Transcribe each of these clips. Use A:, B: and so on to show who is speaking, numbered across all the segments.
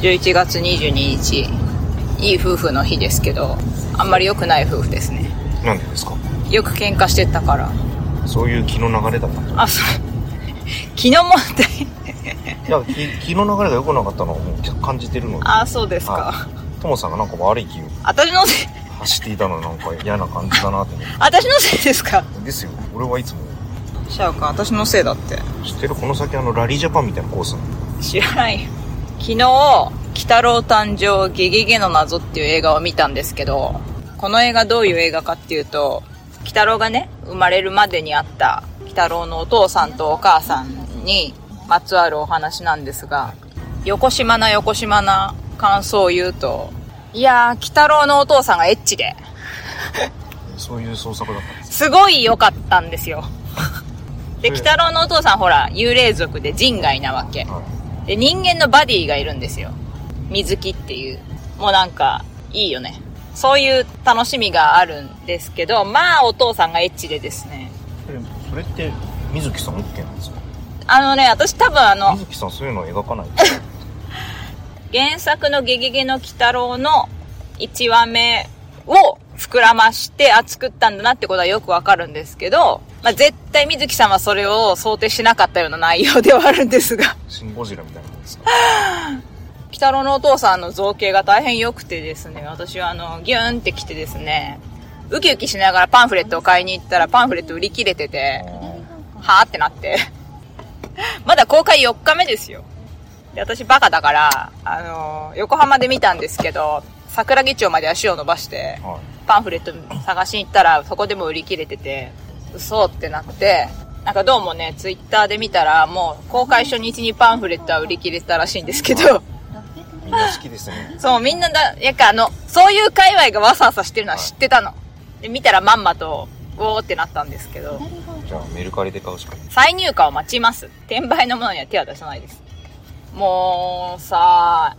A: 11月22日いい夫婦の日ですけどあんまり良くない夫婦ですね
B: なんでですか
A: よく喧嘩してたから
B: そういう気の流れだったんじゃ
A: あそう 気の問題
B: ないいや気気の流れが良くなかったのはもう感じてるので
A: あそうですか、
B: はいともさんがなんか悪い気を
A: 私のせい
B: 走っていたのなんか嫌な感じだなと思っ
A: 私のせいですか
B: てですよ俺はいつも
A: シャーか私のせいだって
B: 知ってるこの先あのラリージャパンみたいなコースなんで
A: 知らないよ昨日「鬼太郎誕生ゲゲゲの謎」っていう映画を見たんですけどこの映画どういう映画かっていうと鬼太郎がね生まれるまでにあった鬼太郎のお父さんとお母さんにまつわるお話なんですが横島な横島な感想を言うといやー鬼太郎のお父さんがエッチで
B: そういう創作だったんです
A: すごい良かったんですよで鬼太郎のお父さんほら幽霊族で人外なわけ、
B: よ、は
A: で人間のバディがいるんですよ水木っていうもうなんかいいよねそういう楽しみがあるんですけどまあお父さんがエッチでですね
B: い、でそれって水木さん OK なんですか
A: あのね私多分あの
B: 水木さんそういうの描かない
A: 原作の「ゲゲゲの鬼太郎」の1話目を膨らましてあ作ったんだなってことはよくわかるんですけど、まあ、絶対水木さんはそれを想定しなかったような内容ではあるんですが
B: シン・ゴジラみたいなもんですか
A: 鬼太郎のお父さんの造形が大変良くてですね、私はあの、ギューンって来てですね、ウキウキしながらパンフレットを買いに行ったらパンフレット売り切れてて、はーってなって。 まだ公開4日目ですよ。で、私バカだから、あの、横浜で見たんですけど、桜木町まで足を伸ばして、
B: はい
A: パンフレット探しに行ったらそこでも売り切れてて嘘ってなってなんかどうもねツイッターで見たらもう公開初日にパンフレットは売り切れてたらしいんですけど
B: みんな好きですね
A: そうみんなだやっぱあのそういう界隈がわさわさしてるのは知ってたので見たらまんまとウォーってなったんですけど
B: じゃあメルカリで買うしかない
A: 再入荷を待ちます転売のものには手は出さないですもうさ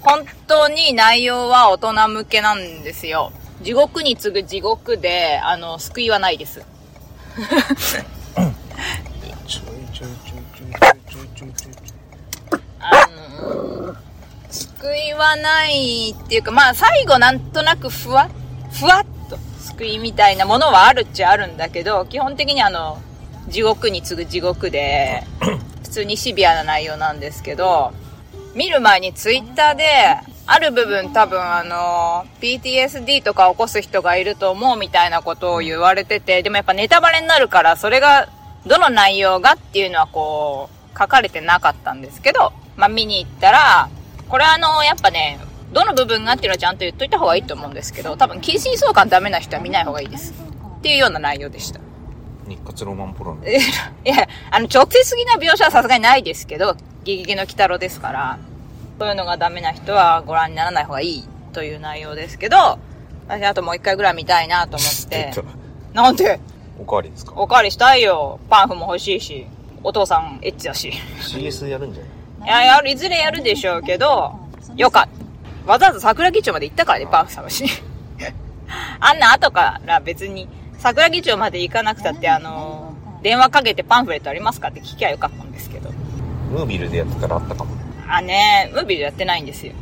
A: 本当に内容は大人向けなんですよ地獄に次ぐ地獄であの救いはないです
B: ちょいちょいちょいちょいちょいちょいちょいちょい
A: あの救いはないっていうかまあ最後なんとなくふわふわっと救いみたいなものはあるっちゃあるんだけど基本的にあの地獄に次ぐ地獄で普通にシビアな内容なんですけど見る前にツイッターである部分多分あの PTSD とか起こす人がいると思うみたいなことを言われててでもやっぱネタバレになるからそれがどの内容がっていうのはこう書かれてなかったんですけど、まあ、見に行ったらこれはあのやっぱねどの部分がっていうのはちゃんと言っといた方がいいと思うんですけど多分近親相関ダメな人は見ない方がいいですっていうような内容でした
B: 日活ロマンポロの
A: えいや、あの、直接的な描写はさすがにないですけど、ゲゲゲの鬼太郎ですから、そういうのがダメな人はご覧にならない方がいいという内容ですけど、私あともう一回ぐらい見たいなと思って
B: えっと。
A: なんで
B: おかわりですか
A: おかわりしたいよ。パンフも欲しいし、お父さんエッチだし。い
B: CS やるんじゃない
A: や、やる、いずれやるでしょうけど、よかった。わざわざ桜木町まで行ったからね、パンフ探 しに。 あんな後から別に、桜木町まで行かなくたって、あの、電話かけてパンフレットありますかって聞きゃよかったんですけど。
B: ムービルでやってたらあったかも
A: あね、ムービーでやってないんですよ。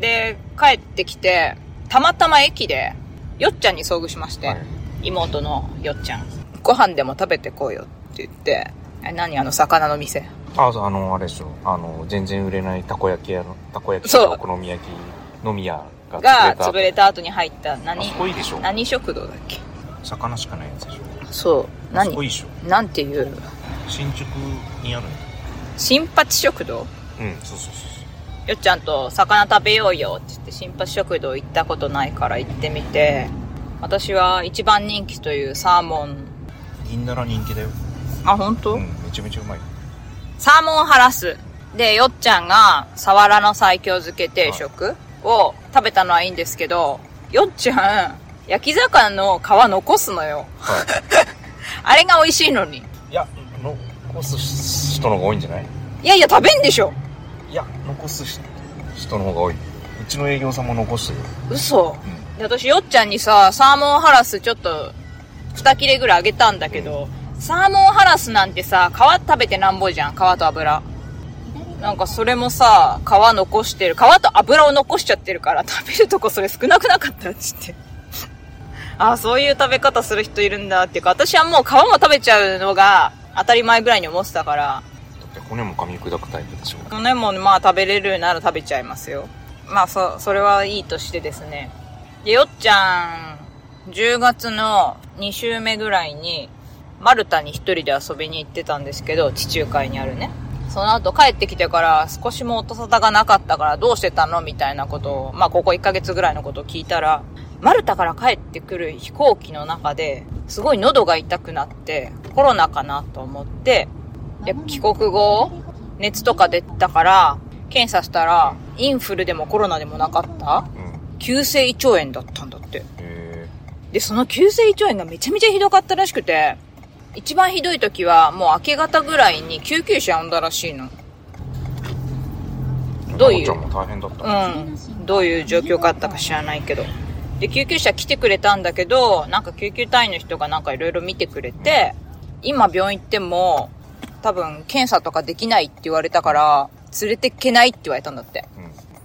A: で、帰ってきて、たまたま駅で、よっちゃんに遭遇しまして、
B: はい
A: 妹のよっちゃん。ご飯でも食べてこうよって言って、え何あの魚の店。
B: あそうあのあれでしょあの全然売れないたこ焼き屋のたこ焼き
A: そう
B: とお好み焼き飲み屋が
A: が
B: 潰
A: 潰
B: れ
A: れ
B: た
A: た後に入った、
B: あ
A: 何
B: そ、こいいでしょ
A: 何食堂だっけ
B: 魚しかないやつでしょ
A: そう、
B: あそこい
A: 何
B: いでしょ
A: なんていう、
B: 新宿にある
A: 新八食堂
B: うんそうそうそうそう
A: よっちゃんと魚食べようよって言って新八食堂行ったことないから行ってみて、私は一番人気というサーモン。
B: 銀なら人気だよ
A: あ、本当？
B: うんめちゃめちゃうまい
A: サーモンハラスでよっちゃんがサワラの西京漬け定食を食べたのはいいんですけどよっちゃん焼き魚の皮残すのよ
B: はい
A: あれが美味しいのに
B: いや残す人の方が多いんじゃない
A: いやいや食べんでしょ
B: いや残す人の方が多いうちの営業さんも残してるよ
A: 嘘
B: う
A: で私よっちゃんにさサーモンハラスちょっと2切れぐらいあげたんだけど、サーモンハラスなんてさ皮食べてなんぼじゃん皮と油なんかそれもさ、皮残してる。皮と油を残しちゃってるから、食べるとこそれ少なくなかったっつって。ああ、そういう食べ方する人いるんだっていうか、私はもう皮も食べちゃうのが当たり前ぐらいに思ってたから、
B: だって骨も噛み砕くタイプでしょ
A: 骨もまあ食べれるなら食べちゃいますよ。まあそ、それはいいとしてですね。で、よっちゃん、10月の2週目ぐらいに、マルタに一人で遊びに行ってたんですけど、地中海にあるね。その後帰ってきてから少しも音沙汰がなかったからどうしてたのみたいなことを、まあここ1ヶ月ぐらいのことを聞いたら、マルタから帰ってくる飛行機の中ですごい喉が痛くなって、コロナかなと思って、で帰国後、熱とか出たから、検査したら、インフルでもコロナでもなかった
B: うん
A: 急性胃腸炎だったんだって。
B: へ
A: で、その急性胃腸炎がめちゃめちゃひどかったらしくて、一番ひどい時はもう明け方ぐらいに救急車呼んだらしいの。
B: え
A: どういう
B: ちゃんも大変だったね
A: うん、どういう状況があったか知らないけど。で、救急車来てくれたんだけど、なんか救急隊員の人がなんかいろいろ見てくれて、今病院行っても、多分検査とかできないって言われたから、連れてけないって言われたんだって。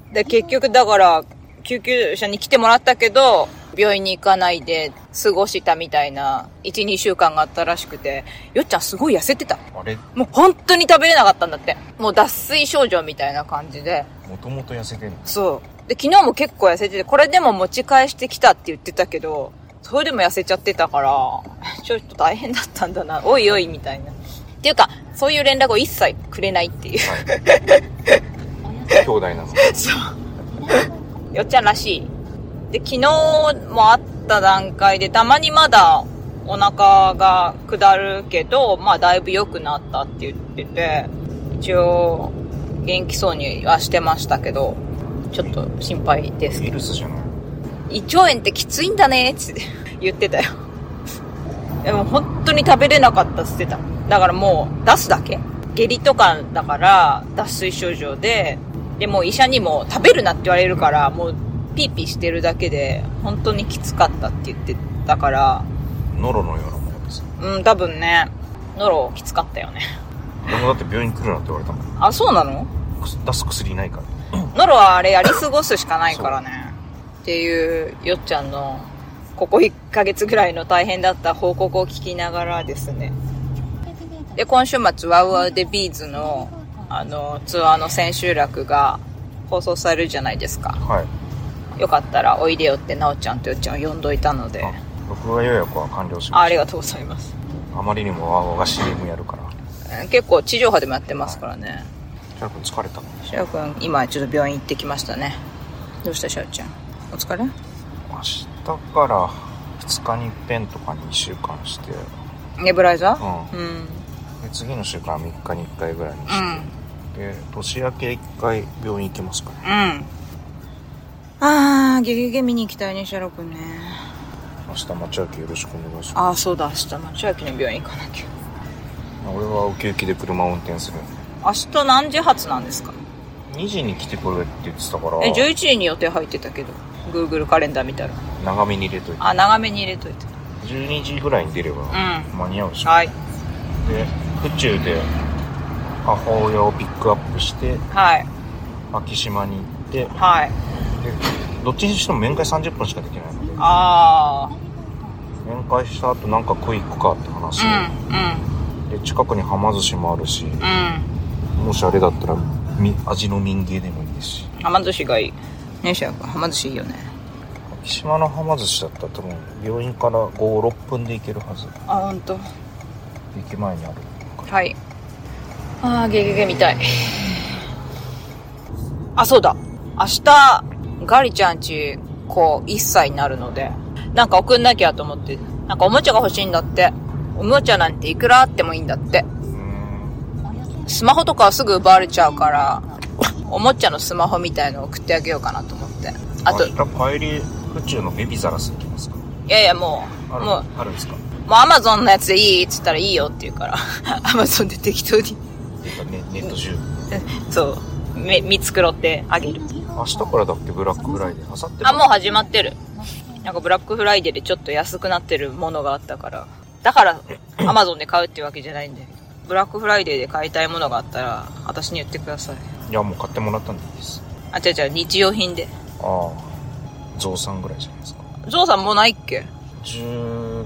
B: うん
A: で、結局だから、救急車に来てもらったけど、病院に行かないで過ごしたみたいな、1、2週間があったらしくて、よっちゃんすごい痩せてた。
B: あれ
A: もう本当に食べれなかったんだって。もう脱水症状みたいな感じで。
B: もともと痩せてんの
A: そう。で、昨日も結構痩せてて、これでも持ち返してきたって言ってたけど、それでも痩せちゃってたから、ちょっと大変だったんだな、おいおいみたいな。っていうか、そういう連絡を一切くれないっていう。
B: 兄弟なの
A: よっちゃんらしい。で、昨日もあった段階で、たまにまだお腹が下るけど、まあだいぶ良くなったって言ってて、一応元気そうにはしてましたけど、ちょっと心配です
B: ウ
A: け
B: イ
A: ど。
B: ルスじゃない
A: 胃腸炎ってきついんだねって言ってたよでも本当に食べれなかったっつってただからもう出すだけ下痢とかだから脱水症状ででもう医者にも食べるなって言われるからもうピーピーしてるだけで本当にきつかったって言ってたから
B: ノロのようなものです
A: うん多分ねノロきつかったよね
B: 俺もだって病院来るなって言われたもん
A: あそうなの
B: くす出す薬ないから
A: ノロはあれやり過ごすしかないからね。っていう、よっちゃんの、ここ1ヶ月ぐらいの大変だった報告を聞きながらですね。で、今週末、ワウワウでビーズの、あの、ツアーの千秋楽が放送されるじゃないですか。
B: はい
A: よかったら、おいでよって、なおちゃんとよっちゃんを呼んどいたので、
B: あ録画予約は完了し
A: あ
B: ま
A: あ
B: し
A: りがとうございます。
B: たあまりにもワーワーが CM やるから
A: えー結構地上波でもやってますからね。
B: シャー君疲れた
A: しらくん、今ちょっと病院行ってきましたね。どうしたしらくちゃん。お疲れ
B: 明日から2日に一遍とか2週間して
A: ネブライザー
B: う
A: うん。
B: で次の週から3日に1回ぐらいに
A: う
B: し
A: ん。
B: て、で年明け1回病院行きますから
A: うん。あー、ゲゲゲ見に行きたいね、シャロ君ね。
B: 明日待ち明けよろしくお願いしま
A: あー、そうだ、明日、町明の病院行かなきゃ。
B: す俺はウキウキで車を運転する
A: 明日何時発なんですか
B: 2時に来てくれって言ってたから
A: え、11時に予定入ってたけど、Google カレンダー見たら。
B: 長めに入れといて
A: あ、長めに入れといて。
B: 12時ぐらいに出れば
A: う
B: 間に合うでしょ、
A: はい。
B: で府中で母親をピックアップして
A: はい。
B: 昭島に行ってで
A: はい。
B: どっちにしても面会30分しかできないので
A: あ
B: 面会した後なんか食い行くかって話
A: ー。う
B: で,、で近くにはま寿司もあるし
A: ん、うん、うん。
B: もしあれだったらみ味の民芸でもいいですし
A: はま寿司がいい。ね、シャロ君、はま寿司いいよね。
B: 昭島のはま寿司だったら多分病院から56分で行けるはず
A: あ、ほんと。
B: 駅前にある
A: はい。あー、ゲゲゲみたい。あ、そうだ。明日、ガリちゃんち、こう、1歳になるので、なんか送んなきゃと思って、なんかおもちゃが欲しいんだって。おもちゃなんていくらあってもいいんだって。
B: うん
A: スマホとかはすぐ奪われちゃうから、おもちゃのスマホみたいのを送ってあげようかなと思って。あと、い
B: 明日帰り府中のベビザラス行きますか
A: やいやもう、
B: ある
A: もう、
B: あるんですか
A: もうアマゾンのやつでいいっつったらいいよって言うから、 アマゾンで適当に、
B: っていうかねネット中
A: そう、め見繕ってあげる。
B: 明日からだっけブラックフライデー明後日
A: あ、もう始まってる。なんかブラックフライデーでちょっと安くなってるものがあったから。だから、アマゾンで買うってわけじゃないんだけど。ブラックフライデーで買いたいものがあったら私に言ってください
B: いやもう買ってもらったんでいいです
A: あ違う違う日用品で
B: ああゾウさんぐらいじゃないですか
A: ゾウさんもうないっけ
B: 12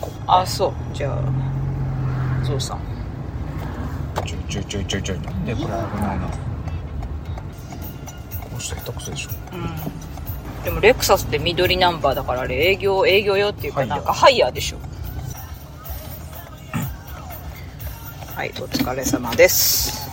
B: 個
A: あそうじゃあゾウさん
B: ちょいちょいちょいちょいちょいなんでこれ危ないなこの人下手くそでしょ
A: うんでもレクサスって緑ナンバーだからあれ営業営業用っていう
B: ハ
A: か
B: イヤー
A: なんかハイヤーでしょはいお疲れ様です